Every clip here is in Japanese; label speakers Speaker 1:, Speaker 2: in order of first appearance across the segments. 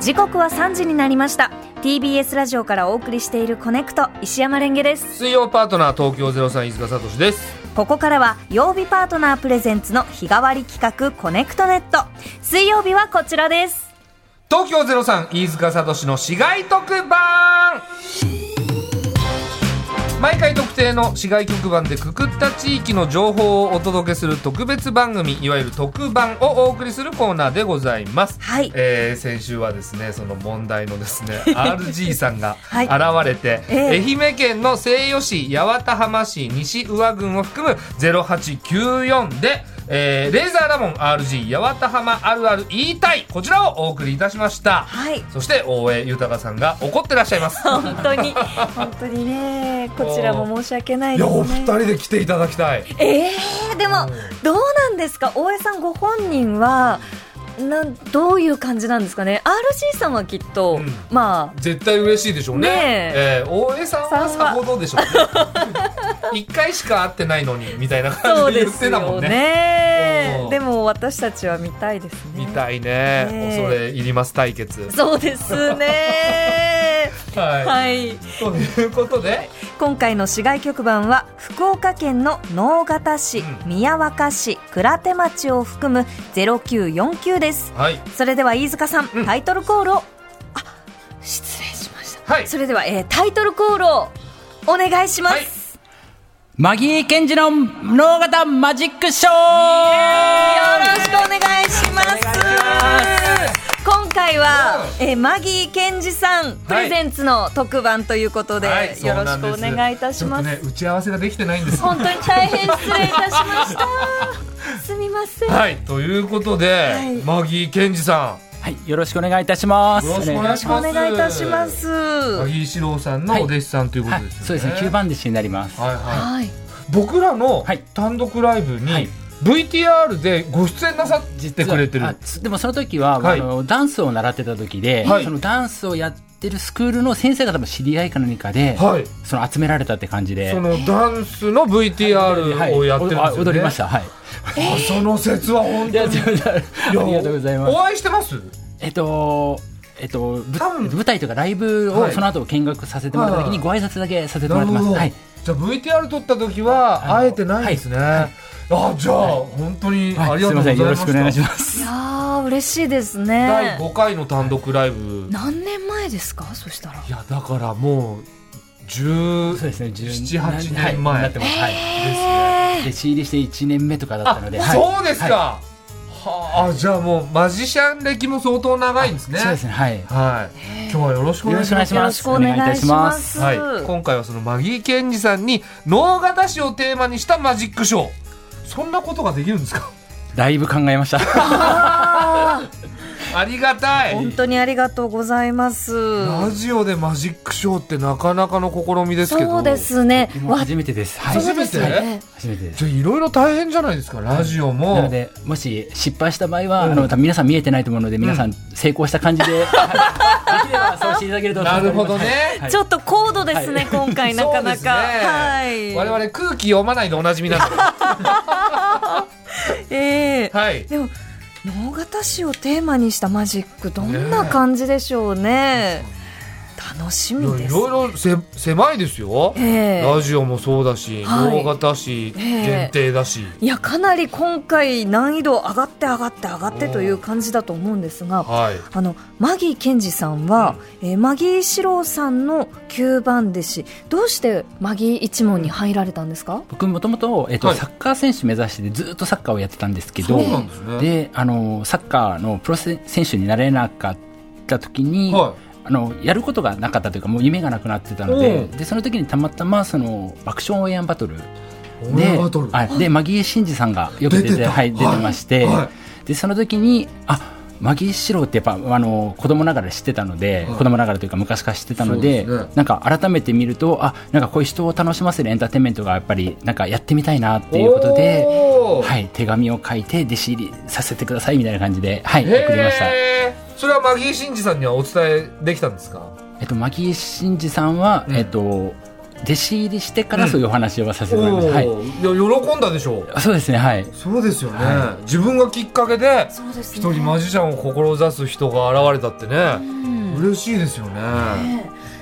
Speaker 1: 時刻は3時になりました TBS ラジオからお送りしているコネクト石山レンゲです
Speaker 2: 水曜パートナー東京ゼロさん飯塚聡です。
Speaker 1: ここからは曜日パートナープレゼンツの日替わり企画コネクトネット水曜日はこちらです
Speaker 2: 東京ゼロさん飯塚聡の市街特番。毎回特定の市街局番でくくった地域の情報をお届けする特別番組いわゆる特番をお送りするコーナーでございます、
Speaker 1: はい
Speaker 2: えー先週はですねその問題ので すね RG さんが
Speaker 1: はい
Speaker 2: 現れて、
Speaker 1: え
Speaker 2: 愛媛県の西予市八幡浜市西宇和郡を含む0894で、えーレーザーラモン RG 八幡浜あるある言いたいこちらをお送りいたしました、
Speaker 1: はい
Speaker 2: そして大江豊さんが怒ってらっしゃいます
Speaker 1: 本当 に本当にねこちらも申し訳ない
Speaker 2: い
Speaker 1: で
Speaker 2: や
Speaker 1: す
Speaker 2: お
Speaker 1: ね
Speaker 2: 二人で来ていただきたい
Speaker 1: えー、でもどうなんですか大江さんご本人はなんどういう感じなんですかね RG さんはきっと、
Speaker 2: うん
Speaker 1: ま
Speaker 2: 絶対嬉しいでしょうね
Speaker 1: ね
Speaker 2: えー大江さんはさほどでしょうね一回しか会ってないのにみたいな
Speaker 1: あそ
Speaker 2: 感
Speaker 1: う
Speaker 2: じ
Speaker 1: で
Speaker 2: で言っ
Speaker 1: す
Speaker 2: てたも
Speaker 1: よ
Speaker 2: ん
Speaker 1: ね
Speaker 2: ねうん
Speaker 1: でも私たちは見たいですね
Speaker 2: 見たいね
Speaker 1: ね
Speaker 2: 恐れ入ります対決
Speaker 1: そうですね
Speaker 2: はい、
Speaker 1: はい
Speaker 2: ということで
Speaker 1: 今回の市街局番は福岡県の直方市、
Speaker 2: うん
Speaker 1: 宮若市鞍手町を含む0949です
Speaker 2: はい
Speaker 1: それでは飯塚さん、
Speaker 2: うん
Speaker 1: タイトルコールをあ失礼しました
Speaker 2: はい
Speaker 1: それでは、えータイトルコールをお願いします、
Speaker 3: マギーケンジの脳型マジックショー
Speaker 1: よろしくお願いします今回は、えーマギー健二さんプレゼンツの特番ということで、
Speaker 2: はい
Speaker 1: よ
Speaker 2: そう
Speaker 1: ろ
Speaker 2: な
Speaker 1: し
Speaker 2: ん
Speaker 1: く
Speaker 2: で
Speaker 1: お
Speaker 2: す
Speaker 1: 願いいたします
Speaker 2: ちょっとね打ち合わせができてないんです
Speaker 1: 本当に大変失礼いたしました すみません
Speaker 2: はいということで、
Speaker 1: い
Speaker 2: マギー健二さ
Speaker 3: はい、よろしくお願いいたします。
Speaker 2: よろしくお願いし
Speaker 1: お願いいたします。
Speaker 2: んマ
Speaker 1: は
Speaker 2: ギー四郎さんのお弟子さんということ
Speaker 3: はい
Speaker 2: ですよね、
Speaker 3: そうですね、九番弟子になります。
Speaker 2: はいはい
Speaker 1: い。
Speaker 2: 僕らの
Speaker 3: はい
Speaker 2: 単独ライブ
Speaker 3: は
Speaker 2: に
Speaker 3: い
Speaker 2: VTR でご出演なさってくれてる、
Speaker 3: あつでもその時は、
Speaker 2: はい
Speaker 3: あのダンスを習ってた時で、
Speaker 2: はい
Speaker 3: そのダンスをやってるスクールの先生が多分知り合いか何かで、
Speaker 2: はい
Speaker 3: その集められたって感じで。
Speaker 2: そのダンスの VTR をやってるんですよ、ね
Speaker 3: はいおあ踊りました。はい。
Speaker 2: あその説は本
Speaker 3: いや
Speaker 2: 当に
Speaker 3: ちょっと ありがとうございます
Speaker 2: お。会いしてます
Speaker 3: えっと。えっと、ぶ
Speaker 2: 多分
Speaker 3: 舞台とかライブ
Speaker 2: は
Speaker 3: を
Speaker 2: い
Speaker 3: その後見学させてもらった時にご挨拶だけさせてもらってます。はい、
Speaker 2: じゃあ VTR 撮った時は
Speaker 3: あの
Speaker 2: 会えてないんですね、あじゃあ、本当にあ
Speaker 3: はい
Speaker 2: りがとうござい
Speaker 3: すみません、よ
Speaker 2: ま
Speaker 3: ろ
Speaker 2: し、
Speaker 3: したくお願いします。
Speaker 1: いやー嬉しいです
Speaker 2: 第
Speaker 1: ね。
Speaker 2: 5回の単独ライブ
Speaker 1: 何年前ですか？そしたら
Speaker 2: い。やだからもう
Speaker 3: そう
Speaker 2: 10
Speaker 3: ですね、
Speaker 2: 7 8年前
Speaker 3: はい、なってます。はい。
Speaker 1: え
Speaker 3: で、仕入りして一年目とかだったので。はい
Speaker 2: そうですか、
Speaker 3: は
Speaker 2: はああじゃあもうマジシャン歴も相当長いんです
Speaker 3: い
Speaker 2: ね
Speaker 3: そうですね、はい。
Speaker 2: はい今日はよろしくお願いし
Speaker 3: よ
Speaker 2: ま
Speaker 3: ろ
Speaker 2: す
Speaker 1: ーよろしくお願いします。
Speaker 2: はい、今回はそのマギーケンジさんに能形師をテーマにしたマジックショーそんなことができるんですか
Speaker 3: だいぶ考えました。
Speaker 1: あ
Speaker 2: ありがた
Speaker 1: ー本
Speaker 2: い
Speaker 1: 当にありがとうございます。
Speaker 2: ラジオでマジックショーってなかなかの試みですけど
Speaker 1: そうですね。
Speaker 3: もう
Speaker 1: わ
Speaker 3: 初めてです。は
Speaker 2: 初めて
Speaker 3: はい
Speaker 2: え
Speaker 3: 初めてです。
Speaker 2: じゃあいろいろ大変じゃないですかラジオ
Speaker 3: なの
Speaker 2: も
Speaker 3: で、もし失敗した場合は、あの、多分皆さん見えてないと思うので、皆さん成功した感じ で。はいできれば、そうしていただけると。
Speaker 2: なるほどね
Speaker 1: ちょっと高度ですね、今回なかなか。
Speaker 2: そうですね我々空気読まないでおなじみなんで
Speaker 1: ええ
Speaker 2: はい
Speaker 1: でも能形師をテーマにしたマジックどんな感じでしょうね楽し
Speaker 2: いや
Speaker 1: み
Speaker 2: い
Speaker 1: です
Speaker 2: ろいろせ狭いですよ、
Speaker 1: ええ
Speaker 2: ラジオもそうだし
Speaker 1: はい
Speaker 2: 能形師
Speaker 1: ええ
Speaker 2: 限定だし、
Speaker 1: いやかなり今回難易度上がって上がって上がってという感じだと思うんですが
Speaker 2: はい
Speaker 1: あのマギー健二さんは、えーマギー四郎さんの9番弟子どうしてマギー一門に入られたんですか、
Speaker 3: 僕もともと、えっ
Speaker 2: は
Speaker 3: と、
Speaker 2: い
Speaker 3: サッカー選手目指して、ずっとサッカーをやってたんですけど。
Speaker 2: そうなんですね
Speaker 3: であのサッカーのプロ選手になれなかった時に、
Speaker 2: は
Speaker 3: あのやることがなかったというかもう夢がなくなってたの
Speaker 2: う
Speaker 3: で
Speaker 2: ん
Speaker 3: でその時にたまたまその爆笑オンエアバトル
Speaker 2: いオンエ
Speaker 3: で
Speaker 2: アバトル
Speaker 3: あでマギー真司さんがよく出て
Speaker 2: 出てた
Speaker 3: はい、出てまして、
Speaker 2: はいは
Speaker 3: でその時にあマギー四郎ってやっぱあの子供ながら知ってたので、
Speaker 2: はい
Speaker 3: 子供ながらというか昔から知ってたので
Speaker 2: そうですね
Speaker 3: なんか改めて見るとあなんかこういう人を楽しませるエンターテインメントがやっぱりなんかやってみたいなっていうことで。
Speaker 2: おー
Speaker 3: はい、手紙を書いて弟子入りさせてくださいみたいな感じで、はい、
Speaker 2: へー
Speaker 3: 送りました。え
Speaker 2: それはマギー真司さんにはお伝えできたんですか
Speaker 3: っと、牧井真司さんは、
Speaker 2: うん
Speaker 3: えっと、弟子入りしてからそういうお話はさせてもらいました、はい
Speaker 2: いや喜んだでしょう
Speaker 3: あそうですねはい
Speaker 2: そうですよね、自分がきっかけで
Speaker 1: そうです
Speaker 2: 一人マジシャンを志す人が現れたってね、嬉しいですよね、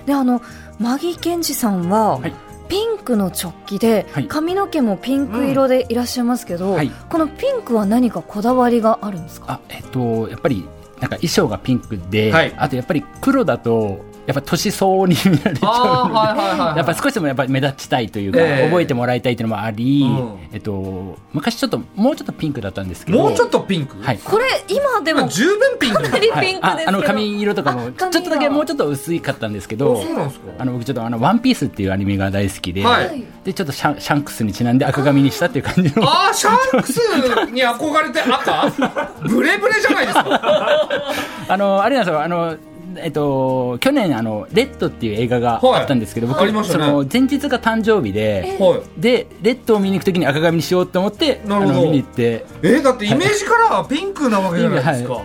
Speaker 1: であのマギーケンジさんは、
Speaker 3: はい
Speaker 1: ピンクの直帰で、
Speaker 3: はい
Speaker 1: 髪の毛もピンク色でいらっしゃいますけど、
Speaker 3: んはい
Speaker 1: このピンクは何かこだわりがあるんですか
Speaker 3: あえっとやっぱりなんか衣装がピンクで、
Speaker 2: はい
Speaker 3: あとやっぱり黒だとやっぱ年相応に見られちゃうので
Speaker 2: あーはいはいはいはい
Speaker 3: やっぱ少しでもやっぱ目立ちたいというか、
Speaker 2: ええ
Speaker 3: 覚えてもらいたいというのもあり、
Speaker 2: うん
Speaker 3: えっと、昔ちょっともうちょっとピンクだったんですけど
Speaker 2: もうちょっとピンク、
Speaker 3: はい、
Speaker 1: これ今で
Speaker 2: 今
Speaker 1: も
Speaker 2: 十分ピンク
Speaker 1: かなりピンクですけど、
Speaker 3: はい、ああの髪色とか
Speaker 1: あ
Speaker 3: もちょ
Speaker 1: 髪
Speaker 3: っ
Speaker 1: が
Speaker 3: とだけもうちょっと薄いかったんですけ
Speaker 2: あ
Speaker 3: ど
Speaker 2: そうなんですか
Speaker 3: あの僕ちょっとあの「ワンピースっていうアニメが大好きで,、
Speaker 2: はい
Speaker 3: でちょっとシャンシャンクスにちなんで赤髪にしたっていう感じの
Speaker 2: あーシャンクスに憧れて赤ブレブレじゃないですか
Speaker 3: あのあれなんですよあのえっと、去年あの「レッド」っていう映画が
Speaker 2: はい
Speaker 3: あったんですけど、
Speaker 2: ありまし
Speaker 3: そ
Speaker 2: たね
Speaker 3: の前日が誕生日で、
Speaker 2: はい
Speaker 3: でレッドを見に行くときに赤髪にしようと思って
Speaker 2: なるほど
Speaker 3: あの見に行って
Speaker 2: えーだってイメージカラーはピンクなわけじゃないですか、、
Speaker 3: は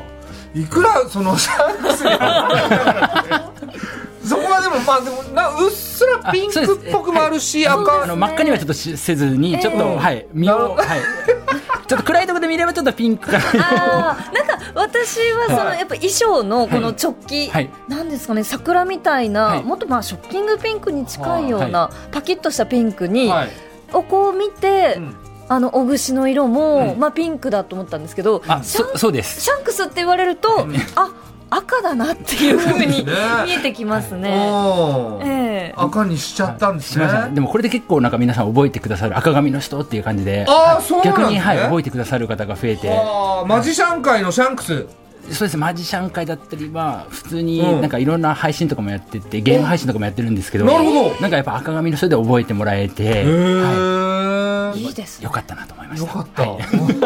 Speaker 3: い
Speaker 2: くらそのシャンクス に憧れたからってそこはでもまあでもなうっすらピンクっぽくもあるし
Speaker 3: あ
Speaker 2: 赤
Speaker 3: の真っ赤にはちょっとしせずにちょっと、
Speaker 2: ええ
Speaker 3: はい身
Speaker 2: なるほ
Speaker 3: を、
Speaker 2: ど
Speaker 3: はい、ちょっと暗いところで見ればちょっとピンク かな
Speaker 1: あーなんか私はその、
Speaker 2: はい
Speaker 1: やっぱ衣装のこの直帰、
Speaker 3: はい
Speaker 1: なんですかね桜みたいな、
Speaker 3: はい
Speaker 1: もっとまあショッキングピンクに近いような、
Speaker 3: は
Speaker 1: パキッとしたピンクに、
Speaker 2: はい
Speaker 1: をこう見て、
Speaker 2: うん
Speaker 1: あのお串の色も、
Speaker 3: うん
Speaker 1: まあピンクだと思ったんですけどシ
Speaker 3: あ
Speaker 1: ャ
Speaker 3: そ
Speaker 1: ン
Speaker 3: そうです
Speaker 1: シャンクスって言われると、あ赤だなっていうふうに
Speaker 2: ね
Speaker 1: 見えてきますね。
Speaker 2: おー
Speaker 1: ええ
Speaker 2: 赤にしちゃったんです
Speaker 3: す
Speaker 2: ね
Speaker 3: みませんでもこれで結構なんか皆さん覚えてくださる赤髪の人っていう感じで
Speaker 2: あーそうなんです
Speaker 3: 逆
Speaker 2: ね
Speaker 3: に、はい、覚えてくださる方が増えて
Speaker 2: あーマジシャン界のシャンクス
Speaker 3: そうですマジシャン会だったりは普通
Speaker 2: うん
Speaker 3: になんかいろんな配信とかもやっててゲーム配信とかもやってるんですけど
Speaker 2: なるほど
Speaker 3: なんかやっぱ赤髪の人で覚えてもらえて、
Speaker 2: へ
Speaker 3: はい
Speaker 2: ー
Speaker 1: いいですね
Speaker 3: よかったなと思いまし
Speaker 2: よ
Speaker 3: た
Speaker 2: かった、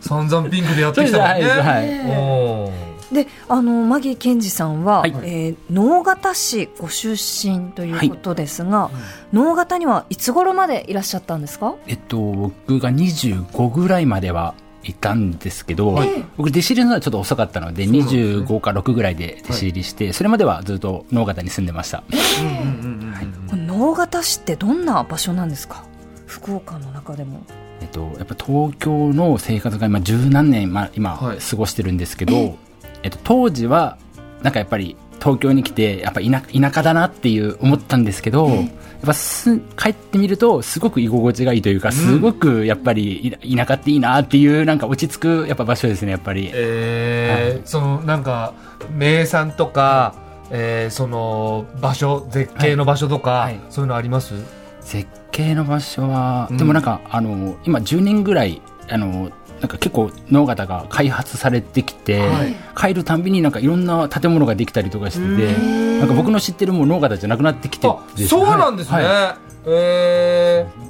Speaker 2: 散々ピンクでやって
Speaker 3: そうで
Speaker 2: き
Speaker 3: す
Speaker 2: たもん
Speaker 3: はい
Speaker 2: ね、
Speaker 3: はい
Speaker 2: おー
Speaker 1: であのマギー健二さんは、
Speaker 3: はい
Speaker 1: えー能形市ご出身ということですが、能形にはいつ頃までいらっしゃったんですか
Speaker 3: えっと僕が25ぐらいまではいたんですけど、
Speaker 1: はい
Speaker 3: 僕弟子入りのはちょっと遅かったので
Speaker 2: そうなんですね
Speaker 3: 25か6ぐらいで弟子入りして、それまではずっと能形に住んでました、
Speaker 2: うんうんうんうん
Speaker 1: これ能形市ってどんな場所なんですか福岡の中でも
Speaker 3: えっと、やっぱ東京の生活が今十何年、まあ、今
Speaker 2: はい
Speaker 3: 過ごしてるんですけど、えっと、当時はなんかやっぱり東京に来てやっぱ田田舎だなっていう思ったんですけど、やっぱす帰ってみるとすごく居心地がいいというかすごくやっぱりい田舎っていいなっていうなんか落ち着くやっぱ場所ですねやっぱり。
Speaker 2: えーそのなんか名産とか、えーその場所絶景の場所とか、
Speaker 3: はいはい
Speaker 2: そういうのあります
Speaker 3: 絶景の場所は、
Speaker 2: うん
Speaker 3: でもなんかあの今10年ぐらいあのなんか結構能形が開発されてきて、
Speaker 2: はい
Speaker 3: 帰るたんびになんかいろんな建物ができたりとかしててなんか僕の知ってるもう農家じゃなくなってきて
Speaker 2: あそうなんですね、えー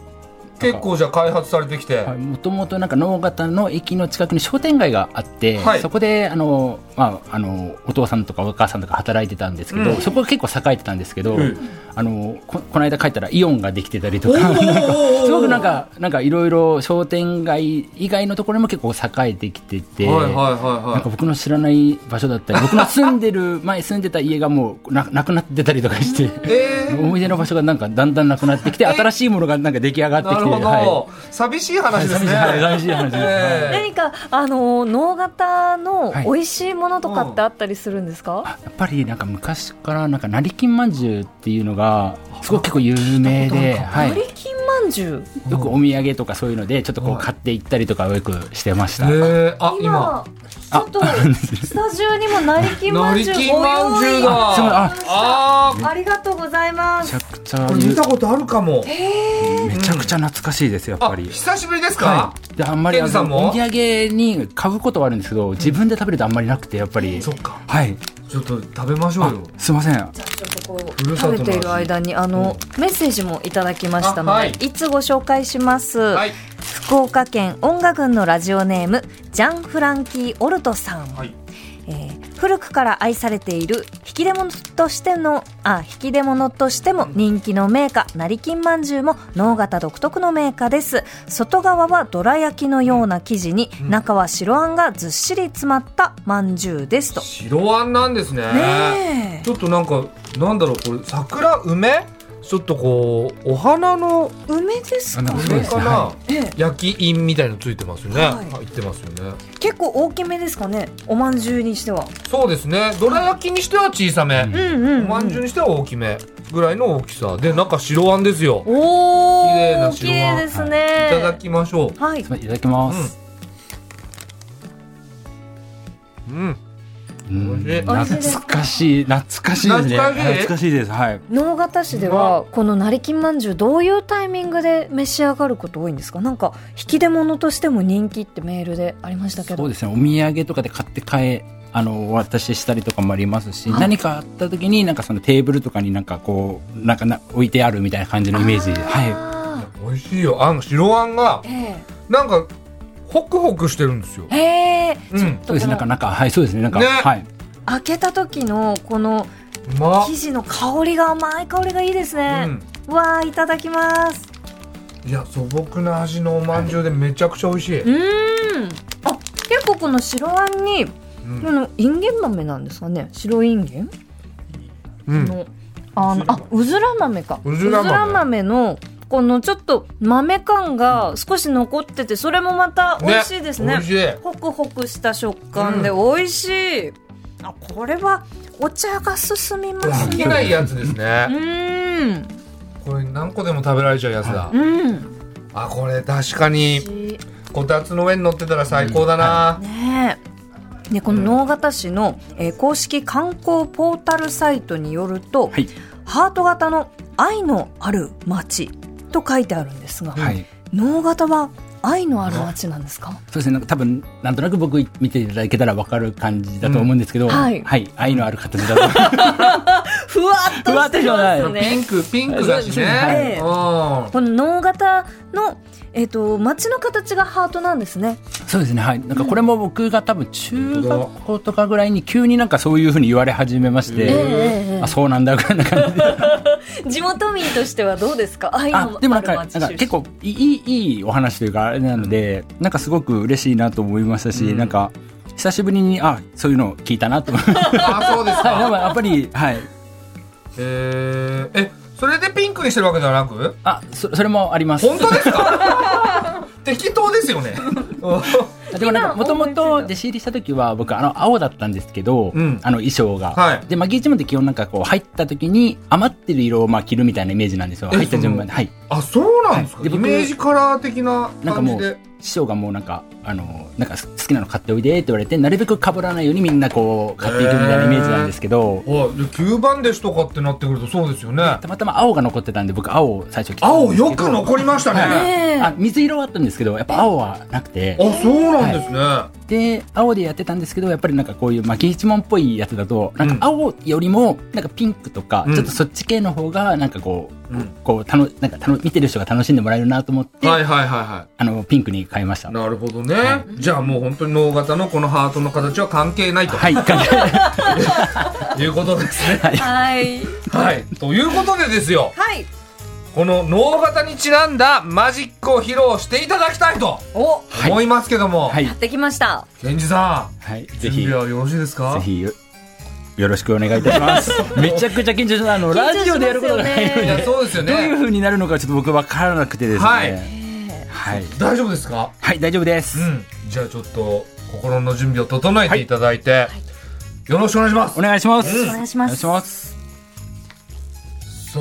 Speaker 2: 結構じゃあ開発されてきて、
Speaker 3: もともとなんか能形の駅の近くに商店街があって、
Speaker 2: はい
Speaker 3: そこであの、まあ、あのお父さんとかお母さんとか働いてたんですけ
Speaker 2: う
Speaker 3: ど、
Speaker 2: ん
Speaker 3: そこが結構栄えてたんですけど、
Speaker 2: うん
Speaker 3: あのここの間帰ったらイオンができてたりと
Speaker 2: お
Speaker 3: か
Speaker 2: ー
Speaker 3: なんか
Speaker 2: おー
Speaker 3: すごくなんかなんかいろいろ商店街以外のところも結構栄えてきてて。
Speaker 2: はいはいはい
Speaker 3: なん
Speaker 2: は
Speaker 3: か
Speaker 2: い
Speaker 3: 僕の知らない場所 だったり僕の住んでる前住んでた家がもうななくなってたりとか して
Speaker 2: えー
Speaker 3: 思い出の場所がなんかだんだんなくなってきて、
Speaker 2: え
Speaker 3: 新しいものがなんか出来上がってき
Speaker 2: な
Speaker 3: て、
Speaker 2: るほど、
Speaker 3: は
Speaker 2: 寂しい話
Speaker 3: い、
Speaker 2: です
Speaker 3: 寂し
Speaker 2: ね
Speaker 3: いはい寂しい話です。はい
Speaker 2: えー
Speaker 1: 何かあの能形の
Speaker 3: はい
Speaker 1: 美味しいものとかってあったりするんですか、
Speaker 3: やっぱりなんか昔からなんか成金まんじゅうっていうのがすごく結構有名で、はい、
Speaker 1: 割り金まんじゅう
Speaker 3: よくお土産とかそういうのでちょっとこう買って行ったりとかをよくしてました。
Speaker 2: えーあ
Speaker 1: 今
Speaker 2: 今
Speaker 1: ちょっと スタジオにも成金まんじゅう
Speaker 2: 成
Speaker 1: ご
Speaker 2: 金まんじゅ
Speaker 1: 用
Speaker 2: う
Speaker 1: 意
Speaker 2: だ
Speaker 3: あすいませんあ
Speaker 2: あー
Speaker 1: ありがとうございま
Speaker 3: め
Speaker 1: す
Speaker 3: ちゃくちゃ
Speaker 2: これ見たことあるかも、
Speaker 3: めちゃくちゃ懐かしいですよやっ
Speaker 2: あ
Speaker 3: ぱり。
Speaker 2: 久しぶりですか、
Speaker 3: はい、であんまり
Speaker 2: ケ
Speaker 3: あ
Speaker 2: ンジさんも
Speaker 3: のお土産に買うことはあるんですけど自分で食べるとあんまりなくてやっぱり
Speaker 2: そっか
Speaker 3: はい
Speaker 2: ちょっと食べましょう
Speaker 3: あ
Speaker 2: よ
Speaker 3: すいません
Speaker 1: ちょっとこう
Speaker 2: ふるさと
Speaker 1: 食
Speaker 2: の味
Speaker 1: べている間にあの、メッセージもいただきましたので、
Speaker 2: あはい
Speaker 1: い、つご紹介します、
Speaker 2: はい
Speaker 1: 福岡県音楽群のラジオネームジャン・フランキー・オルトさん、
Speaker 2: はい
Speaker 1: えー古くから愛されている引き出物としてのあ引き出物としても人気の銘菓成金まんじゅうも能形独特の銘菓です外側はどら焼きのような生地に、中は白あんがずっしり詰まったまんじゅうですと
Speaker 2: 白あんなんですね
Speaker 1: ねえ
Speaker 2: ちょっとなんかなんだろうこれ桜梅ちょっとこうお花の
Speaker 1: 梅ですか
Speaker 3: あなんか
Speaker 2: そ
Speaker 3: そう
Speaker 2: れ
Speaker 3: です
Speaker 2: か
Speaker 3: ね
Speaker 2: な、
Speaker 3: は
Speaker 1: ね
Speaker 2: 焼き印みたいのついてますよね、
Speaker 1: はい
Speaker 2: 入ってますよね
Speaker 1: 結構大きめですかねおまんじゅうにしては
Speaker 2: そうですねどら焼きにしては小さめ、
Speaker 3: うん
Speaker 1: んう
Speaker 2: おまんじゅうにしては大きめぐらいの大きさで中白あんですよ
Speaker 1: お
Speaker 2: 綺麗な
Speaker 1: お
Speaker 2: 白
Speaker 1: 綺
Speaker 2: あん
Speaker 1: 麗です
Speaker 2: い
Speaker 1: ね
Speaker 2: ただきましょう
Speaker 1: はい
Speaker 3: いただきます、
Speaker 2: うん
Speaker 3: うん
Speaker 2: 美味しい
Speaker 3: 懐かしい懐かしいですね
Speaker 2: 懐かしい
Speaker 3: 懐かしいですはい
Speaker 1: 能形市で
Speaker 2: う
Speaker 1: はこの成金まんじゅうどういうタイミングで召し上がること多いんですかなんか引き出物としても人気ってメールでありましたけ
Speaker 3: そ
Speaker 1: ど
Speaker 3: うですねお土産とかで買って帰あのお渡ししたりとかもありますし、
Speaker 1: はい
Speaker 3: 何かあった時になんかそのテーブルとかになんかこうなんかな置いてあるみたいな感じのイメージでは
Speaker 1: あ
Speaker 2: 美味しいよあの白あんが
Speaker 1: ーえ
Speaker 2: なんかホクホクしてるんですよ
Speaker 1: えへえ
Speaker 2: うん
Speaker 3: いそうですねなんかなんかはいそうですねなんか、
Speaker 2: ね
Speaker 3: はい
Speaker 1: 開けた時のこの
Speaker 2: うまっ
Speaker 1: 生地の香りが甘い香りがいいです
Speaker 2: う
Speaker 1: ね、
Speaker 2: ん
Speaker 1: わあいただきます
Speaker 2: いや素朴な味のおまんじゅうでめちゃくちゃ美味しい、
Speaker 1: うーんあ結構この白あんに
Speaker 2: うん
Speaker 1: このインゲン豆なんですかね白いんげん
Speaker 2: うん
Speaker 1: のあのあうずら豆か
Speaker 2: うずら豆
Speaker 1: のこのちょっと豆感が少し残っててそれもまた美味しいですね
Speaker 2: 美味しい
Speaker 1: ホクホクした食感で美味しい、あこれはお茶が進みます
Speaker 2: 飽き
Speaker 1: ね
Speaker 2: ないやつです
Speaker 1: う
Speaker 2: ね
Speaker 1: ーん
Speaker 2: これ何個でも食べられちゃうやつだ、
Speaker 1: うん
Speaker 2: あこれ確かに
Speaker 1: し
Speaker 2: こたつの上に乗ってたら最高だな、
Speaker 1: ねえでこの能形市の、えー公式観光ポータルサイトによると、
Speaker 3: はい
Speaker 1: ハート型の愛のある街と書いてあるんですが、
Speaker 3: はい
Speaker 1: 能形は愛のある街なんですか、
Speaker 3: そうですねなんか多分なんとなく僕見ていただけたらわかる感じだと思うんですけど、
Speaker 1: うんはい
Speaker 3: 愛のある形だと思います
Speaker 1: ふわっとしてます
Speaker 2: ピ
Speaker 1: ね
Speaker 2: ンクピンクだしね、
Speaker 1: ええ
Speaker 2: うん
Speaker 1: この能形の、えー、と街の形がハートなんですね
Speaker 3: そうですねはいなんかこれも僕が多分中学校とかぐらいに急になんかそういうふうに言われ始めまして、
Speaker 2: え
Speaker 1: ええ
Speaker 3: あそうなんだぐらいな感じで
Speaker 1: 地元民としてはどうですか愛の
Speaker 3: あでも
Speaker 1: あ
Speaker 3: なん
Speaker 1: る
Speaker 3: かな
Speaker 1: 街
Speaker 3: んか結構いいいいお話というかあれなので、なんかすごく嬉しいなと思いましたし、
Speaker 2: うん
Speaker 3: なんか久しぶりにあそういうのを聞い たなと思いました
Speaker 2: あそうです
Speaker 3: はいでも
Speaker 2: か
Speaker 3: やっぱりはい
Speaker 2: えー、えそれでピンクにしてるわけではなく
Speaker 3: あそそれもあります
Speaker 2: 本当ですか適当ですよね
Speaker 3: でもなんかもともと
Speaker 1: 思いついた
Speaker 3: 弟子入りした時は僕あの青だったんですけど、
Speaker 2: うん
Speaker 3: あの衣装が、
Speaker 2: はい
Speaker 3: でマギーチームって基本なんかこう入った時に余ってる色をまあ着るみたいなイメージなんですよ
Speaker 2: え
Speaker 3: 入った順番ではい
Speaker 2: あそうなんですか、
Speaker 3: はいで
Speaker 2: イ
Speaker 3: 僕
Speaker 2: メージカラー的な
Speaker 3: なんか
Speaker 2: 感じ
Speaker 3: もう
Speaker 2: で
Speaker 3: 師匠がもうなんかあのなんか好きなの買っておいでって言われてなるべく被らないようにみんなこう買っていくみたいなイメージなんですけど、
Speaker 2: おいで9番弟子とかってなってくるとそうですよね
Speaker 3: たまたま青が残ってたんで僕青を最初着てたん
Speaker 2: 青
Speaker 3: ですけど
Speaker 2: よく残りましたね、
Speaker 3: はい
Speaker 1: ねえ
Speaker 3: あ水色はあったんですけどやっぱ青はなくて
Speaker 2: あそうなんですね、
Speaker 3: で青でやってたんですけどやっぱりなんかこういうまあゲーチモンっぽいやつだとなんか青よりもなんかピンクとか、
Speaker 2: うん
Speaker 3: ちょっとそっち系の方がなんかこう、
Speaker 2: うん
Speaker 3: こうたのなんかたの見てる人が楽しんでもらえるなと思って、
Speaker 2: はいはいはいは
Speaker 3: あのピンクに変えました
Speaker 2: い。なるほどね、じゃあもう本当に脳型のこのハートの形は関係ないと
Speaker 3: は い感じ
Speaker 2: いうことですね
Speaker 1: はい
Speaker 2: はいということでですよ
Speaker 1: はい
Speaker 2: この脳型にちなんだマジックを披露していただきたいと
Speaker 1: お
Speaker 3: い
Speaker 2: 思いますけども、
Speaker 3: はい
Speaker 1: やってきました
Speaker 2: ケンジさん
Speaker 3: はいぜ
Speaker 2: 準
Speaker 3: ひ
Speaker 2: 備
Speaker 3: ぜ
Speaker 2: はよろしいですか
Speaker 3: ひよよろしくお願いいた しますめちゃくちゃ緊張したあのラジオでやることがないの
Speaker 1: 緊張しますよ
Speaker 2: い
Speaker 3: に、
Speaker 1: ね
Speaker 2: やそうですよ
Speaker 3: どういう
Speaker 2: ね
Speaker 3: 風になるのかちょっと僕分からなくてですね
Speaker 2: はい
Speaker 3: はい、
Speaker 2: 大丈夫ですか
Speaker 3: はい、大丈夫です、
Speaker 2: うんじゃあちょっと心の準備を整えていただいて、よろしくお願いします
Speaker 3: お願いします、
Speaker 1: お願いしま
Speaker 3: お願い
Speaker 1: す
Speaker 3: します
Speaker 2: さ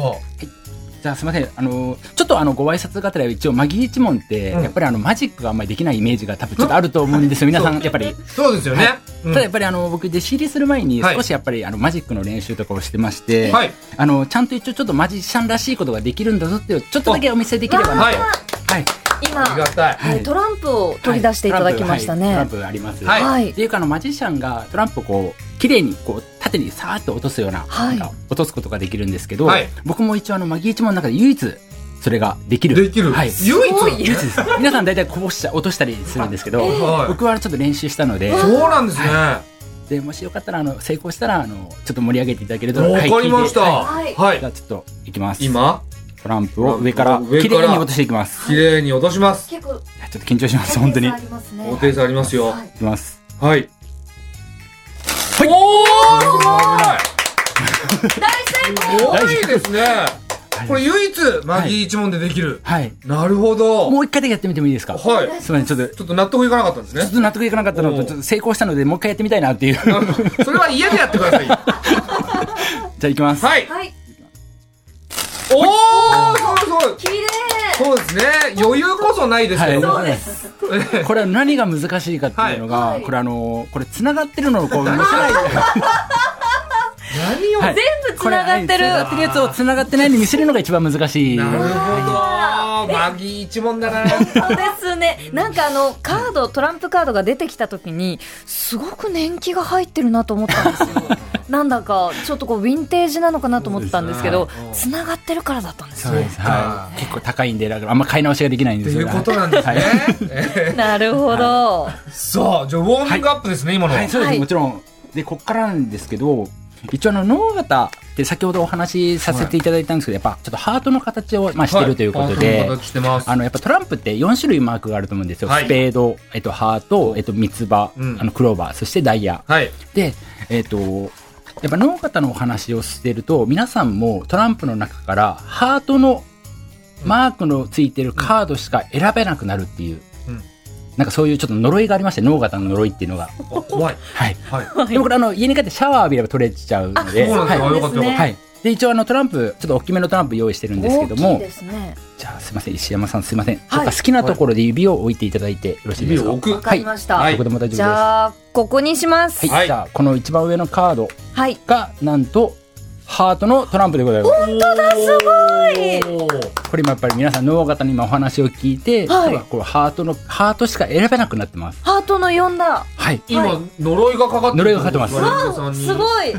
Speaker 3: じゃあすみませんあのちょっとあのご挨拶がてら一応マギー一門って、
Speaker 2: うん
Speaker 3: やっぱりあのマジックがあんまりできないイメージが多分ちょっとあると思うんですよ皆さんやっぱり、
Speaker 2: あそうですよね、うん
Speaker 3: ただやっぱりあの僕弟子入りする前に
Speaker 2: はい
Speaker 3: 少しやっぱりあのマジックの練習とかをしてまして、
Speaker 2: はい
Speaker 3: あのちゃんと一応ちょっとマジシャンらしいことができるんだぞっていうちょっとだけお見せできればな
Speaker 2: はい
Speaker 3: はい
Speaker 1: 今
Speaker 2: ありがたい
Speaker 3: はい
Speaker 1: えートランプを取り出していただきましたね
Speaker 3: はいトランプあります
Speaker 2: はい
Speaker 3: っていうかあのマジシャンがトランプをこう綺麗にこう縦にさーっと落とすような,、
Speaker 1: はい
Speaker 3: なんか落とすことができるんですけど、
Speaker 2: はい
Speaker 3: 僕も一応あのマギー一門の中で唯一それができる
Speaker 2: できる、
Speaker 3: はい、
Speaker 2: 唯一
Speaker 1: すごい
Speaker 3: 唯一 です皆さん大体こぼしちゃ落としたりするんですけど、
Speaker 2: はい
Speaker 3: 僕はちょっと練習したので
Speaker 2: そうなんですね、
Speaker 3: でもしよかったらあの成功したらあのちょっと盛り上げていただけると
Speaker 2: わかりました。
Speaker 3: はい
Speaker 2: は。
Speaker 1: はいい
Speaker 3: じゃあちょっといきます
Speaker 2: 今、
Speaker 3: トランプを上から
Speaker 2: 上から
Speaker 3: 綺麗に落としていきます
Speaker 2: 綺麗に落とします。
Speaker 1: 結構
Speaker 3: いやちょっと緊張します本当にい
Speaker 1: 高低差ありますね
Speaker 2: 高低差ありますよ。
Speaker 1: はい
Speaker 3: きます
Speaker 2: はい。おおーす
Speaker 1: 大成功
Speaker 2: ごいすごいですね。これ唯一、マギー一問でできる。
Speaker 3: はい。
Speaker 2: なるほど。
Speaker 3: もう一回だけやってみてもいいですか
Speaker 2: はい。
Speaker 3: すみません、ちょっと、ち
Speaker 2: ちょっと納得いかなかったんです
Speaker 3: ょっ
Speaker 2: ね。
Speaker 3: と納得いかなかったの
Speaker 2: お
Speaker 3: と、
Speaker 2: う
Speaker 3: ちょっと成功したので、もう一回やってみたいなっていう。 じゃ
Speaker 2: それは家でやってください。は
Speaker 3: あ、いきます。
Speaker 2: い。
Speaker 1: はい
Speaker 2: おー、すごいすごい。
Speaker 1: 綺麗
Speaker 2: そうですね。余裕こそないですけど。
Speaker 1: そ
Speaker 3: は
Speaker 1: うです
Speaker 3: これは何が難しいかっていうのが、
Speaker 1: はい
Speaker 3: これあの、これ繋がってるのをこう見せないで。
Speaker 2: 何を。
Speaker 3: は
Speaker 1: 全
Speaker 3: い
Speaker 1: 部つながってる
Speaker 3: これはい繋がってるやつを繋がってないのに見せるのが一番難しい。
Speaker 2: なる
Speaker 3: は
Speaker 2: ほど。マギー一問だな。
Speaker 1: そうですねなんかあのカードトランプカードが出てきた時にすごく年季が入ってるなと思ったん ですよなんだかちょっとこうヴィンテージなのかなと思ったんですけど
Speaker 2: そうです
Speaker 1: つながってるからだったんですよ
Speaker 3: いはい結構高いんで、だからあんま買い直しができないん
Speaker 2: と
Speaker 3: です
Speaker 2: い
Speaker 3: よ。
Speaker 2: うことなんですね。え
Speaker 1: なるほど
Speaker 2: ーさあ、じゃあウォーミングアップですね、今の。
Speaker 3: はい、そうです、
Speaker 1: はい
Speaker 3: もちろん。で、こっからなんですけど、一応あの、脳型って先ほどお話しさせていただいたんですけど、やっぱちょっとハートの形を、まあ、してるということで、
Speaker 2: はいしてます
Speaker 3: あ。のやっぱトランプって4種類マークがあると思うんですよ、
Speaker 2: はい
Speaker 3: スペード、えっと、ハート、えっと、三つ葉、
Speaker 2: うん
Speaker 3: あのクローバーそしてダイヤ
Speaker 2: はい。
Speaker 3: で、えっと、やっぱ農方のお話をしてると皆さんもトランプの中からハートのマークのついてるカードしか選べなくなるっていう、
Speaker 2: うん
Speaker 3: なんかそういうちょっと呪いがありまして脳型の呪いっていうのが、
Speaker 2: お怖い。
Speaker 3: はい、
Speaker 2: はい。
Speaker 3: でもこれあの家に帰ってシャワー浴びれば取れちゃうので
Speaker 2: そうなんです
Speaker 3: は
Speaker 2: よ。
Speaker 3: い
Speaker 2: よかったよかっ
Speaker 3: はい、で一応あのトランプちょっと大きめのトランプ用意してるんですけ
Speaker 1: 大
Speaker 3: ど
Speaker 1: きい
Speaker 3: も
Speaker 1: ですね
Speaker 3: じゃあすみません石山さんすみません、ちょっと好きなところで指を置いていただいてよろ
Speaker 2: た。
Speaker 3: しいで
Speaker 2: 指
Speaker 3: すか
Speaker 2: を置
Speaker 1: わ
Speaker 2: く。
Speaker 1: かりました、
Speaker 2: はい
Speaker 3: どこでも大丈夫です
Speaker 1: じゃあここにします
Speaker 3: はい、
Speaker 2: はい
Speaker 3: じゃあこの一番上のカード
Speaker 1: はい、
Speaker 3: がなんとハートのトランプでございます
Speaker 2: 本当だ、すごい。
Speaker 3: これもやっぱり皆さん脳型に今お話を聞いて、
Speaker 1: はい
Speaker 3: 例えばこうハートのハートしか選べなくなってます
Speaker 1: ハートの4だ
Speaker 3: はい
Speaker 1: はい
Speaker 2: 今、呪いがかかって
Speaker 3: 呪いがかかってます
Speaker 1: わおす
Speaker 2: い。
Speaker 1: ごい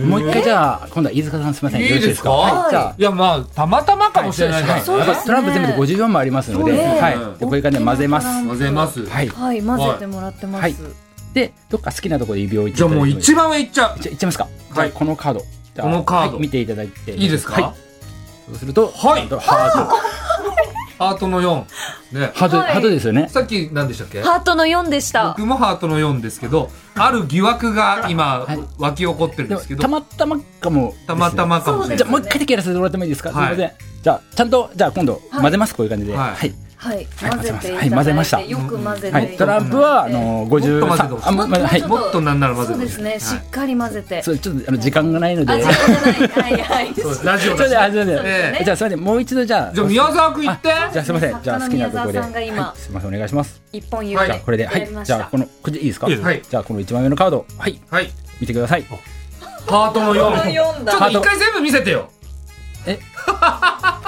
Speaker 2: も
Speaker 3: もう一回じゃあ今度は飯塚さんすみません
Speaker 2: いい
Speaker 3: よろし
Speaker 2: ですか
Speaker 3: はい、じゃあ
Speaker 2: いや、まあ、たまたまかもしれない
Speaker 3: は
Speaker 2: です
Speaker 1: そうですね
Speaker 3: トランプ全部で54枚ありますの
Speaker 1: そう
Speaker 3: で、
Speaker 1: ですね
Speaker 3: はい、でこれからね混ぜます。
Speaker 2: 混ぜます。
Speaker 3: はい、
Speaker 1: はい混ぜてもらってます、
Speaker 3: はいで、どっか好きなところで指を置いて
Speaker 2: じゃあもう一
Speaker 3: 番。
Speaker 2: 番上いっちゃう。
Speaker 3: じゃあいっちゃいますか。
Speaker 2: は
Speaker 3: はいい、このカード。じゃあ
Speaker 2: このカード
Speaker 3: はい見ていただいて。
Speaker 2: いいです
Speaker 3: はい
Speaker 2: か。
Speaker 3: そうすると、
Speaker 2: はい
Speaker 3: あとハ
Speaker 2: ハートの4。ね
Speaker 3: ー。ト、ハート、
Speaker 1: はい
Speaker 3: ハートですよね。
Speaker 2: さっき何でしたっけ
Speaker 1: ハートの4でした
Speaker 2: 僕もハートの4ですけど、ある疑惑が今
Speaker 3: はい、
Speaker 2: 湧き起こってるん
Speaker 3: で
Speaker 2: で
Speaker 3: も
Speaker 2: すけ
Speaker 3: た
Speaker 2: ど、
Speaker 3: またまかも。
Speaker 2: たまた。まかもしれ
Speaker 3: じ
Speaker 2: な
Speaker 3: ゃ
Speaker 2: い
Speaker 3: あ。もう一回だけやらせてもらってもいいですか。
Speaker 2: はい
Speaker 3: すみません。じゃあちゃんとじゃあ今度
Speaker 1: はい
Speaker 3: 混ぜますこういう感じで。
Speaker 2: は
Speaker 3: は
Speaker 1: は
Speaker 3: いい。
Speaker 1: い
Speaker 3: はい
Speaker 1: 混ぜていただいて、
Speaker 3: はい混ぜました
Speaker 1: よく混ぜていただ
Speaker 3: は
Speaker 1: い
Speaker 3: い。
Speaker 1: て
Speaker 3: トランプはあの
Speaker 2: っと混ぜてほしい
Speaker 3: 53。あ、ままはい
Speaker 1: も。
Speaker 2: もっとなんならまず
Speaker 1: そうですね、しっかり混ぜて。
Speaker 3: そうちょっとあの時間がないので。
Speaker 1: あ、時間じゃない。はいはい。
Speaker 2: そうラジオ
Speaker 3: そ
Speaker 2: だし
Speaker 3: れで、あ、すみません。
Speaker 2: ええ
Speaker 3: じゃあすみません。もう一度じゃあ。
Speaker 2: じゃあ宮沢君行って
Speaker 3: じゃあすみません。じゃあ好き
Speaker 1: 作家の
Speaker 3: なところで。
Speaker 1: 宮沢さんが今
Speaker 3: はいすみません。お願いします。
Speaker 1: 一本指
Speaker 2: はい
Speaker 1: で。
Speaker 3: じゃあこれで、は
Speaker 1: やりま
Speaker 3: い。
Speaker 1: し
Speaker 3: じ
Speaker 1: た
Speaker 3: ゃあこのこれでいいですか。
Speaker 2: いいですはい
Speaker 3: じゃあこの一枚目のカード、はい。
Speaker 2: はい。
Speaker 3: 見てください。
Speaker 2: ハートの
Speaker 1: この四
Speaker 2: 4。ちょ
Speaker 1: だ。
Speaker 2: っと一回全部見せてよ。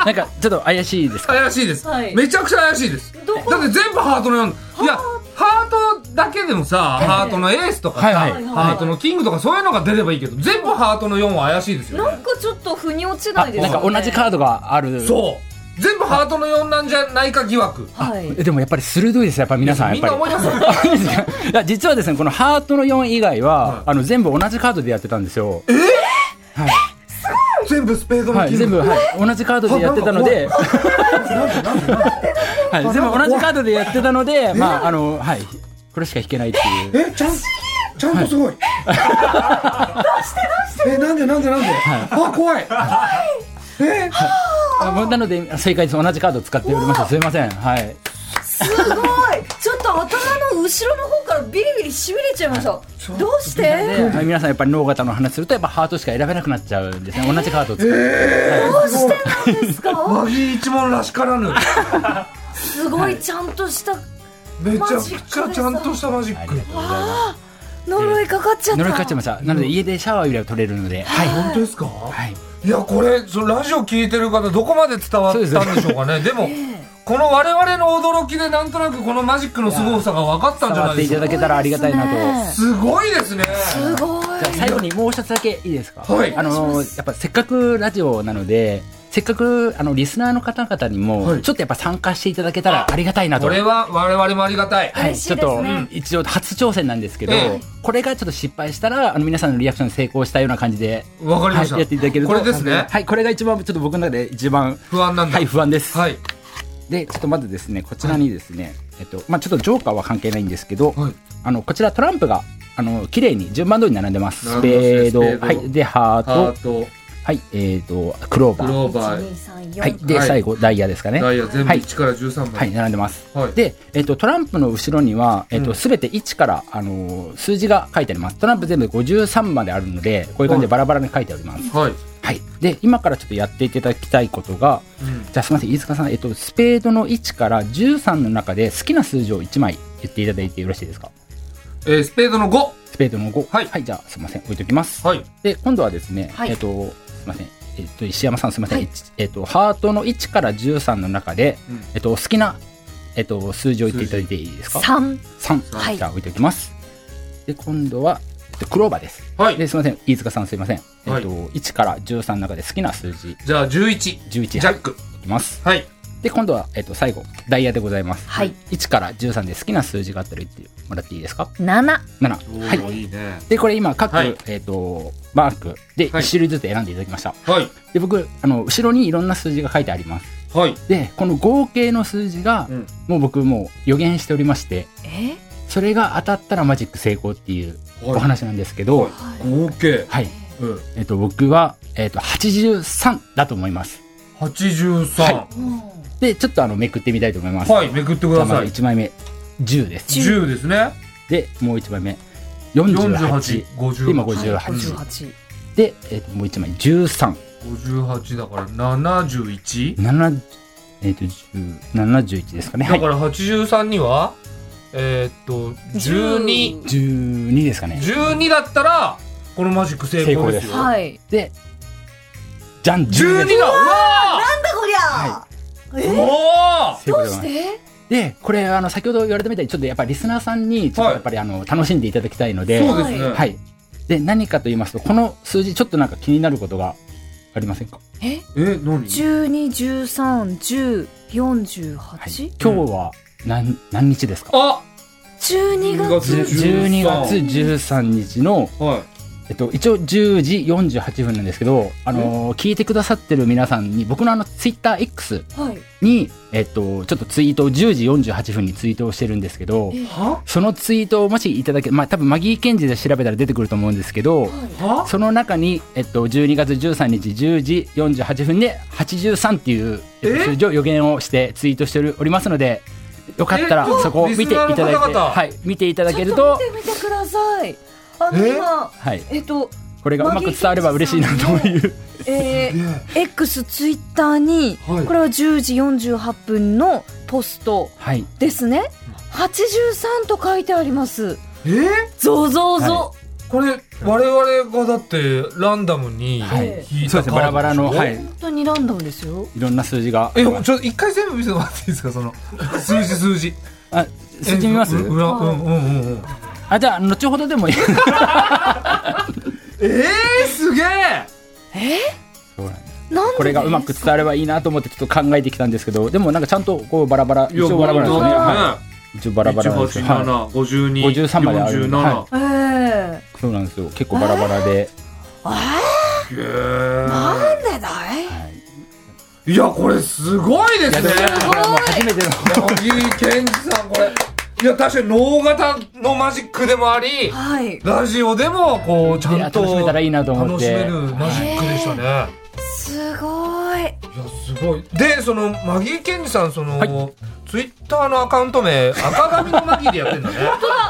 Speaker 3: なんかちょっと怪し いですか。
Speaker 2: 怪しいです、
Speaker 1: はい
Speaker 2: めちゃくちゃ怪しいですだ
Speaker 1: どこ
Speaker 2: って全部ハートの4いやハートだけでもさ、ハートのエースとかさ、
Speaker 3: はいはい
Speaker 2: ハートのキングとかそういうのが出ればいいけど全部ハートの4は怪しいですよ
Speaker 1: な
Speaker 2: ね
Speaker 1: んかちょっと腑に落ちな
Speaker 3: あ、
Speaker 1: いです
Speaker 3: な
Speaker 1: よね。
Speaker 3: んか同じカードがある。
Speaker 2: そう全部ハートの4なんじゃないか疑惑
Speaker 1: はい。
Speaker 3: えでもやっぱり鋭いですやっぱ皆さん
Speaker 2: み
Speaker 3: や
Speaker 2: んな
Speaker 3: っ
Speaker 2: 思
Speaker 3: ぱ
Speaker 2: い
Speaker 3: り
Speaker 2: 出す
Speaker 3: あいいですか いや実はですねこのハートの4以外は、
Speaker 2: はい
Speaker 3: あの全部同じカードでやってたんですよ
Speaker 2: 全部スペードの
Speaker 3: はい
Speaker 2: キン
Speaker 3: 全
Speaker 2: グ、
Speaker 3: 部、はい、同じカードでやってたので はい全部同じカードでやってたのでまああのはいこれしか引けないっていう
Speaker 4: えちゃんちゃんとすごい、出して出してえなんでなんでなんで、あ怖いえ
Speaker 3: あもうなので正解です同じカードを使っておりましたすいませんはい
Speaker 1: すごい。ちょっと頭の後ろの方からビリビリしびれちゃいました。どうして？
Speaker 3: ではい皆さんやっぱり脳型の話するとやっぱハートしか選べなくなっちゃうんですね同じカードを使って、
Speaker 1: どうしてなんですか？
Speaker 2: マギー一問らしからぬ
Speaker 1: すごいちゃんとした
Speaker 2: めちゃくちゃちゃんとしたマジッ
Speaker 3: あ
Speaker 2: ク
Speaker 3: りがとうございます
Speaker 1: 呪いかかっ ちゃった。
Speaker 3: 呪いかかっちゃいましたなので家でシャワー浴びれば取れるのではい、
Speaker 2: 本当ですか、
Speaker 3: はい
Speaker 2: いやこれそのラジオ聞いてる方どこまで伝わったんでしょうかねでも、この我々の驚きでなんとなくこのマジックの凄さが分かったんじゃ
Speaker 3: 触
Speaker 2: ない
Speaker 3: って
Speaker 2: で
Speaker 3: い
Speaker 2: す
Speaker 3: た
Speaker 2: か
Speaker 3: だけたらありがたいなと。
Speaker 1: ね
Speaker 2: すごいですね
Speaker 1: すごい。
Speaker 3: じゃあ最後にもう一つだけいいですか。
Speaker 2: はい
Speaker 3: あのやっぱせっかくラジオなので。せっかくあのリスナーの方々にもちょっとやっぱ参加していただけたらありがたいなと、
Speaker 2: これは我々もありがたい
Speaker 3: はい、
Speaker 1: 嬉し
Speaker 3: ち
Speaker 1: い
Speaker 3: ょっと
Speaker 1: ですね
Speaker 3: 一応初挑戦なんですけど、
Speaker 2: ええ
Speaker 3: これがちょっと失敗したらあの皆さんのリアクションに成功したような感じで、
Speaker 2: わかりました、
Speaker 3: はい、やっていただけると
Speaker 2: これですね
Speaker 3: はいこれが一番ちょっと僕の中で一番
Speaker 2: 不安なんだ
Speaker 3: はい不安です、
Speaker 2: はい
Speaker 3: でちょっとまずですねこちらにですね、えっとまあちょっとジョーカーは関係ないんですけど、
Speaker 2: はい
Speaker 3: あのこちらトランプがあの綺麗に順番通りに並んでます
Speaker 2: 並ん
Speaker 3: ス
Speaker 2: でますね
Speaker 3: ペード
Speaker 2: スペード
Speaker 3: はいでハート
Speaker 2: ハート
Speaker 3: はい、えっ、と、クロー
Speaker 2: グ
Speaker 3: バー。
Speaker 2: ローバー
Speaker 1: 1234
Speaker 3: はい、で、
Speaker 2: はい
Speaker 3: 最後、ダイヤですかね。
Speaker 2: ダイヤ全部
Speaker 3: はい
Speaker 2: 1から13ま
Speaker 3: はい、
Speaker 2: で
Speaker 3: 並んでます。
Speaker 2: はい
Speaker 3: で、えっと、トランプの後ろには、えっ
Speaker 2: う
Speaker 3: と、
Speaker 2: ん
Speaker 3: すべて1から、あのー数字が書いてあります。トランプ全部で53まであるので、こういう感じでバラバラに書いてあります。
Speaker 2: はい
Speaker 3: はい。で、今からちょっとやっていただきたいことが、
Speaker 2: うん
Speaker 3: じゃあすみません、飯塚さん、えっと、スペードの1から13の中で好きな数字を1枚言っていただいてよろしいですか
Speaker 2: えースペードの5
Speaker 3: スペードの5。
Speaker 2: はい
Speaker 3: じゃあすみません、置いときます。
Speaker 2: はい
Speaker 3: で、今度はですね、
Speaker 1: はい
Speaker 3: えっと、すみません、えっと、石山さんすみません、
Speaker 1: はい
Speaker 3: 一えっと、ハートの1から13の中で、
Speaker 2: うん
Speaker 3: えっと、お好きな、えっと、数字を言っていただいていいですか
Speaker 1: 3
Speaker 3: 3。
Speaker 1: はい
Speaker 3: じゃあ置いておきます。で、今度は、えっとクローバーです。
Speaker 2: はい
Speaker 3: で、すみません、飯塚さんすみません。
Speaker 2: は
Speaker 3: え
Speaker 2: い
Speaker 3: っと、1から13の中で好きな数字、
Speaker 2: じゃあ11ジ
Speaker 3: 11
Speaker 2: ャック
Speaker 3: いきます。
Speaker 2: はい
Speaker 3: で、今度は、えっと、最後、ダイヤでございます。
Speaker 1: はい
Speaker 3: 1から13で好きな数字があったら言ってもらっていいですか
Speaker 1: 7
Speaker 2: お
Speaker 3: ?7。は
Speaker 2: ー
Speaker 3: い。
Speaker 2: いいね
Speaker 3: で、これ今、各、
Speaker 2: はい
Speaker 3: えっ、と、マークで
Speaker 2: はい
Speaker 3: 1種類ずつ選んでいただきました。
Speaker 2: はい
Speaker 3: で、僕、あの、後ろにいろんな数字が書いてあります。
Speaker 2: はい
Speaker 3: で、この合計の数字が、
Speaker 2: うん
Speaker 3: もう僕、もう予言しておりまして、
Speaker 1: え
Speaker 3: それが当たったらマジック成功っていうお
Speaker 2: はい
Speaker 3: 話なんですけど、はい。
Speaker 2: 合計うん
Speaker 3: えっ、と、僕は、えっ、と、83だと思います。
Speaker 2: 83
Speaker 3: はで、ちょっとあの、めくってみたいと思います。
Speaker 2: はいめくってく
Speaker 3: じゃあ
Speaker 2: だ
Speaker 3: ま
Speaker 2: さ
Speaker 3: ず
Speaker 2: い
Speaker 3: 1枚目、10です。
Speaker 2: 10ですね
Speaker 3: でもう1枚目48
Speaker 2: 4850
Speaker 3: で今58、で、えっともう1枚1370
Speaker 2: 58だから71
Speaker 3: えっと10 71ですかねは
Speaker 2: だ
Speaker 3: い
Speaker 2: から83にはえーっと1212
Speaker 3: 12ですかね
Speaker 2: だったらこのマジック成功ですよ
Speaker 1: はいはい
Speaker 3: でじゃん
Speaker 2: 12
Speaker 3: 12
Speaker 2: だうわ
Speaker 5: なんだこりゃ
Speaker 2: ー
Speaker 5: え
Speaker 2: お
Speaker 3: どうしてでこれあの先ほど言われたみたいにちょっとやっぱりリスナーさんにちょっ
Speaker 2: は
Speaker 3: と
Speaker 2: い
Speaker 3: やっぱりあの楽しんでいただきたいので
Speaker 2: ーそうですね
Speaker 3: はい、で何かと言いますとこの数字ちょっとなんか気になることがありませんか、
Speaker 1: え
Speaker 2: え何
Speaker 3: はい、
Speaker 1: 12131048
Speaker 3: 今日は何何日ですか
Speaker 2: あ
Speaker 1: 12月
Speaker 3: 12月13日の
Speaker 2: はい
Speaker 3: えっと、一応10時48分なんですけど、あのー聞いてくださってる皆さんに僕のあのツイッター X
Speaker 1: はい
Speaker 3: に、えっと、ちょっとツイートを10時48分にツイートをしてるんですけど
Speaker 1: え
Speaker 2: は
Speaker 3: そのツイートをもしいただけまあ多分マギーケンジで調べたら出てくると思うんですけど
Speaker 2: は
Speaker 3: その中に、えっと、12月13日10時48分で83っていうえっと
Speaker 2: え
Speaker 3: 数字を予言をしてツイートしておりますのでよかったら
Speaker 2: えっと
Speaker 3: そこを見ていただいて、
Speaker 2: リスナーの方々
Speaker 3: はい、見ていただ
Speaker 1: ち
Speaker 3: け
Speaker 1: ょ
Speaker 3: る
Speaker 1: っ
Speaker 3: と
Speaker 1: と見てみてくださいあの
Speaker 2: え
Speaker 1: 今
Speaker 3: はい、
Speaker 1: えっと
Speaker 3: これがうまく伝われば嬉しいなという。
Speaker 1: え
Speaker 2: い
Speaker 1: ー X ツイッターに
Speaker 2: はい
Speaker 1: これは10時48分のポスト
Speaker 3: はい
Speaker 1: ですね83と書いてあります
Speaker 2: えー
Speaker 1: ゾゾゾ、
Speaker 3: は
Speaker 2: これ我々がだってランダムに
Speaker 3: はい
Speaker 2: 引い
Speaker 3: そ
Speaker 2: た
Speaker 3: うですね、バラバラの、はい、い
Speaker 1: 本当にランダムですよ
Speaker 3: ろんな数字が。
Speaker 2: えちょっと一回全部見せてもらっていいですかその数字数字
Speaker 3: あ、数字見ます
Speaker 2: え。裏うんうんうんうん
Speaker 3: あ、じゃあ、後ほどでもい い。
Speaker 2: えーすげえ
Speaker 1: なんで
Speaker 3: これがうまく伝わればいいなと思って、ちょっと考えてきたんですけど、でも、なんかちゃんと、こうバラバラ、一応バラバラですね。は
Speaker 2: ね
Speaker 3: い、一応バラバラなんですよ。は
Speaker 2: 187、52、
Speaker 3: 53まである
Speaker 2: 47、
Speaker 3: は
Speaker 1: ええ
Speaker 3: い、そうなんですよ。結構バラバラ
Speaker 2: へ
Speaker 3: で。
Speaker 2: ー
Speaker 5: なんでだい
Speaker 3: はい。
Speaker 2: いやこれすごいですね
Speaker 3: これはもう初めての。
Speaker 2: 小木健二さんこれいや確かに脳型のマジックでもあり
Speaker 1: はい
Speaker 2: ラジオでもこうちゃんと
Speaker 3: 楽しめたらいいなと思って
Speaker 2: 楽しめるマジックでしたね、
Speaker 1: すごい
Speaker 2: いやすごいでそのマギー健二さんその、
Speaker 3: はい
Speaker 2: ツイッターのアカウント名赤髪のマギーでやってんだね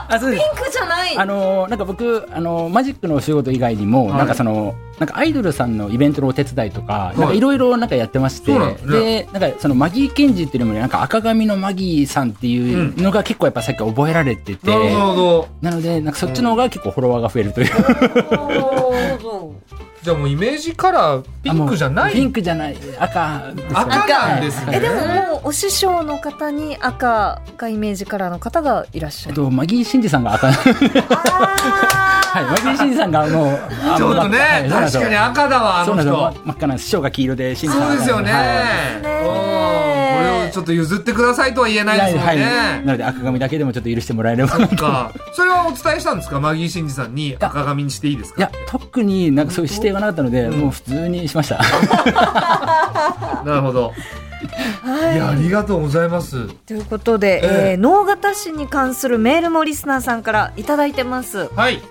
Speaker 3: あ、そうです。
Speaker 1: ピンクじゃない
Speaker 3: あのーなんか僕、あのーマジックのお仕事以外にも、
Speaker 2: はい
Speaker 3: なんかそのなんかアイドルさんのイベントのお手伝いとか
Speaker 2: い
Speaker 3: なんかいろいろなんかやってまして、
Speaker 2: そうなんですね
Speaker 3: でなんかそのマギーケンジっていうのもなんか赤髪のマギーさんっていうのが結構やっぱさっきから 覚えられてて、
Speaker 2: なるほど
Speaker 3: なのでなんかそっちの方が結構フォロワーが増えるという、
Speaker 2: じゃあもうイメージカラーピンクじゃない
Speaker 3: ピンクじゃない赤ですよね
Speaker 2: 赤なんですね
Speaker 1: えでももうお師匠の方に赤がイメージカラーの方がいらっしゃ
Speaker 3: えっ
Speaker 1: る
Speaker 3: と、マギー・シンジさんが赤、はい、マギー・シンジさんがもう
Speaker 2: ちょっとね、確かに赤だわあ
Speaker 3: そう
Speaker 2: の
Speaker 3: なん
Speaker 2: 人
Speaker 3: ですよ真っ赤なんです師匠が黄色でシンジさん
Speaker 2: そ
Speaker 3: が
Speaker 2: うですよね、
Speaker 3: はい
Speaker 2: うんこれをちょっと譲ってくださいとは言えないですもん
Speaker 3: はい
Speaker 2: ね、
Speaker 3: なので赤髪だけでもちょっと許してもら えれば
Speaker 2: そっかそれはお伝えしたんですかマギー・シンジさんに赤髪にしていいです
Speaker 3: い
Speaker 2: か
Speaker 3: や特になんかそういう指定がなかったので、もう普通にしました。
Speaker 2: なるほど、い、やありがとうございます
Speaker 1: ということで、え
Speaker 2: ええ
Speaker 1: ー、能型市に関するメールもリスナーさんからいただいてます
Speaker 2: はい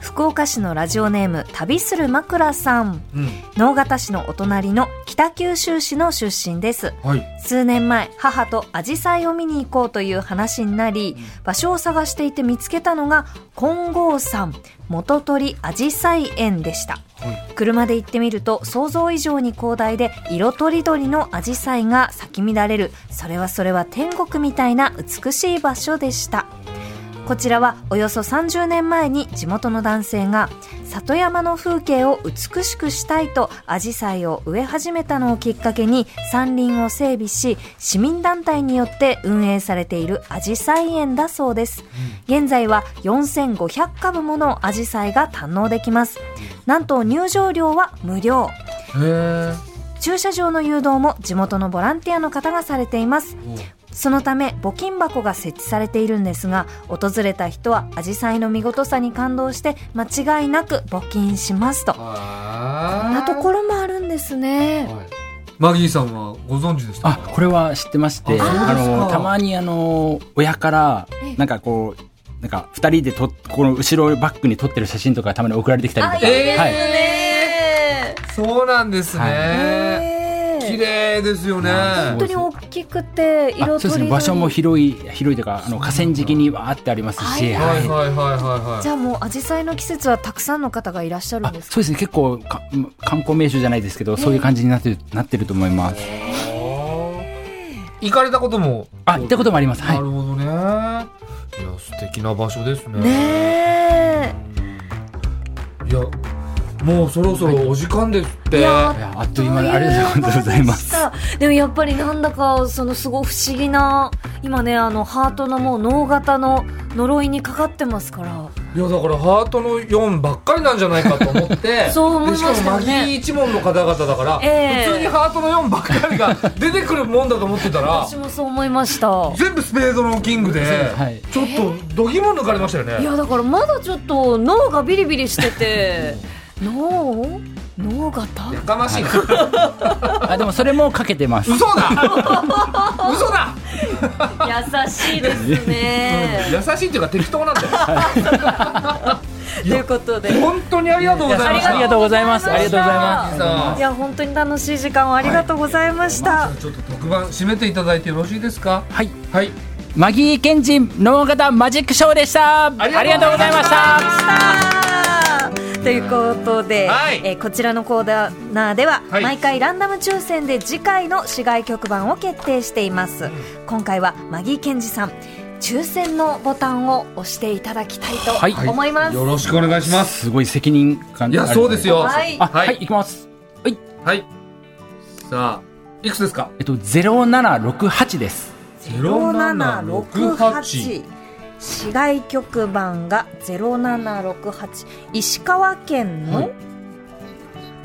Speaker 1: 福岡市のラジオネーム旅する枕さん
Speaker 2: うん。
Speaker 1: 直方市のお隣の北九州市の出身です
Speaker 2: はい。
Speaker 1: 数年前母とアジサイを見に行こうという話になり場所を探していて見つけたのが金剛山元取アジサイ園でした
Speaker 2: はい。
Speaker 1: 車で行ってみると想像以上に広大で色とりどりのアジサイが咲き乱れるそれはそれは天国みたいな美しい場所でしたこちらはおよそ30年前に地元の男性が里山の風景を美しくしたいとアジサイを植え始めたのをきっかけに山林を整備し市民団体によって運営されているアジサイ園だそうです現在は4500株ものアジサイが堪能できますなんと入場料は無料
Speaker 2: へえ。
Speaker 1: 駐車場の誘導も地元のボランティアの方がされていますそのため募金箱が設置されているんですが訪れた人はアジサイの見事さに感動して間違いなく募金しますとこ
Speaker 2: あ
Speaker 1: んなところもあるんですね
Speaker 2: はい。マギーさんはご存知でした
Speaker 3: あ
Speaker 2: か
Speaker 3: これは知ってまして
Speaker 2: あそうです
Speaker 3: あ
Speaker 2: か
Speaker 3: のたまにあの親から
Speaker 1: ええ
Speaker 3: なんかこうなんか2人でとこの後ろをバックに撮ってる写真とかたまに送られてきたりとか、
Speaker 1: あいいです
Speaker 3: はい
Speaker 1: ね
Speaker 2: そうなんです
Speaker 3: はい
Speaker 2: ね。
Speaker 1: え
Speaker 2: 綺麗ですよね。
Speaker 1: 本当に大きくて
Speaker 3: あそ
Speaker 1: 色
Speaker 3: うで
Speaker 1: とり
Speaker 3: す
Speaker 1: ど
Speaker 3: ね
Speaker 1: り
Speaker 3: 場所も広い広いというかあの河川敷にわーってありますし、
Speaker 2: はい
Speaker 3: は
Speaker 2: は
Speaker 3: い
Speaker 2: いはいはいはい。
Speaker 1: じゃあもうアジサイの季節はたくさんの方がいらっしゃるん
Speaker 3: あ
Speaker 1: ですか
Speaker 3: そうですね結構か観光名所じゃないですけどそういう感じになってるなってると思います
Speaker 2: 行かれたことも
Speaker 3: あ行ったこともありますは
Speaker 2: ないるほどねいや素敵な場所ですね
Speaker 1: ね
Speaker 2: いやもうそろそろお時間ですって、
Speaker 1: えいや
Speaker 3: いやあっという間でありがとうございます
Speaker 1: ありがとうございましたでもやっぱりなんだかそのすごい不思議な今ねあのハートのもう脳型の呪いにかかってますから
Speaker 2: いやだからハートの4ばっかりなんじゃないかと思っ て
Speaker 1: そう思いましたよね
Speaker 2: でしかもマギー一門の方々だから、
Speaker 1: ええ
Speaker 2: 普通にハートの4ばっかりが出てくるもんだと思ってたら
Speaker 1: 私もそう思いました
Speaker 2: 全部スペードのキングで、
Speaker 3: はい
Speaker 2: ちょっと度肝抜かれましたよね、
Speaker 1: いやだからまだちょっと脳がビリビリして て脳脳型
Speaker 2: やか ましいな
Speaker 3: あでもそれもかけてます
Speaker 2: 嘘だ嘘だ
Speaker 1: 優しいですね
Speaker 2: 優しいっていうか適当なんだよ
Speaker 1: ということで
Speaker 2: 本当にありがとうございました
Speaker 3: ありがとうございますありがとうございます
Speaker 2: さ
Speaker 1: いや本当に楽しい時間をありがとうございました、
Speaker 2: あちょっと特番締めていただいてよろしいですか
Speaker 3: はい
Speaker 2: はい
Speaker 3: マギーケンジン脳型マジックショーでしたありがとうございました
Speaker 1: ということで、
Speaker 2: はい
Speaker 1: えーこちらのコーナーでは、
Speaker 2: はい
Speaker 1: 毎回ランダム抽選で次回の市外局番を決定しています、今回はマギーケンジさん抽選のボタンを押していただきたい
Speaker 3: はい
Speaker 1: と思います、
Speaker 2: よろしくお願いします
Speaker 3: すごい責任感
Speaker 2: いやそうですよ
Speaker 1: はい
Speaker 3: あはい、
Speaker 2: はい
Speaker 3: い、きます
Speaker 2: はいさあいくつですか
Speaker 3: えっと0768です
Speaker 2: ゼ
Speaker 1: 0768市外局番が0768石川県の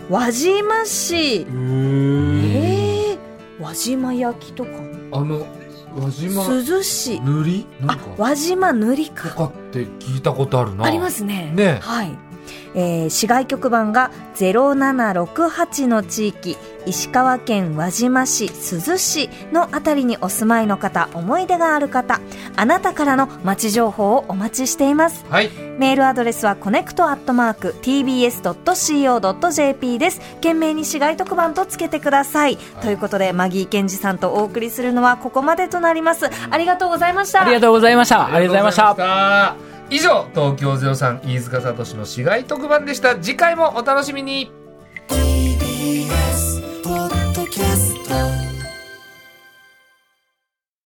Speaker 1: 輪島市、えー、輪島焼きとか
Speaker 2: あの輪島塗
Speaker 1: 涼し
Speaker 2: りな
Speaker 1: あ
Speaker 2: んか
Speaker 1: 輪島塗り
Speaker 2: と
Speaker 1: か
Speaker 2: かって聞いたことあるな
Speaker 1: ありますね
Speaker 2: ね
Speaker 1: はい、えー、市外局番が0768の地域石川県輪島市珠洲市のあたりにお住まいの方思い出がある方あなたからの街情報をお待ちしています
Speaker 2: はい
Speaker 1: メールアドレスはコネクトアットマーク tbs.co.jp です。懸命に市街特番とつけてください。ということで、マギーケンジさんとお送りするのはここまでとなります。ありがとうございました。
Speaker 3: ありがとうございましたありがとうございました
Speaker 2: ありがとうございました以上東京03飯塚聡の市街特番でした次回もお楽しみに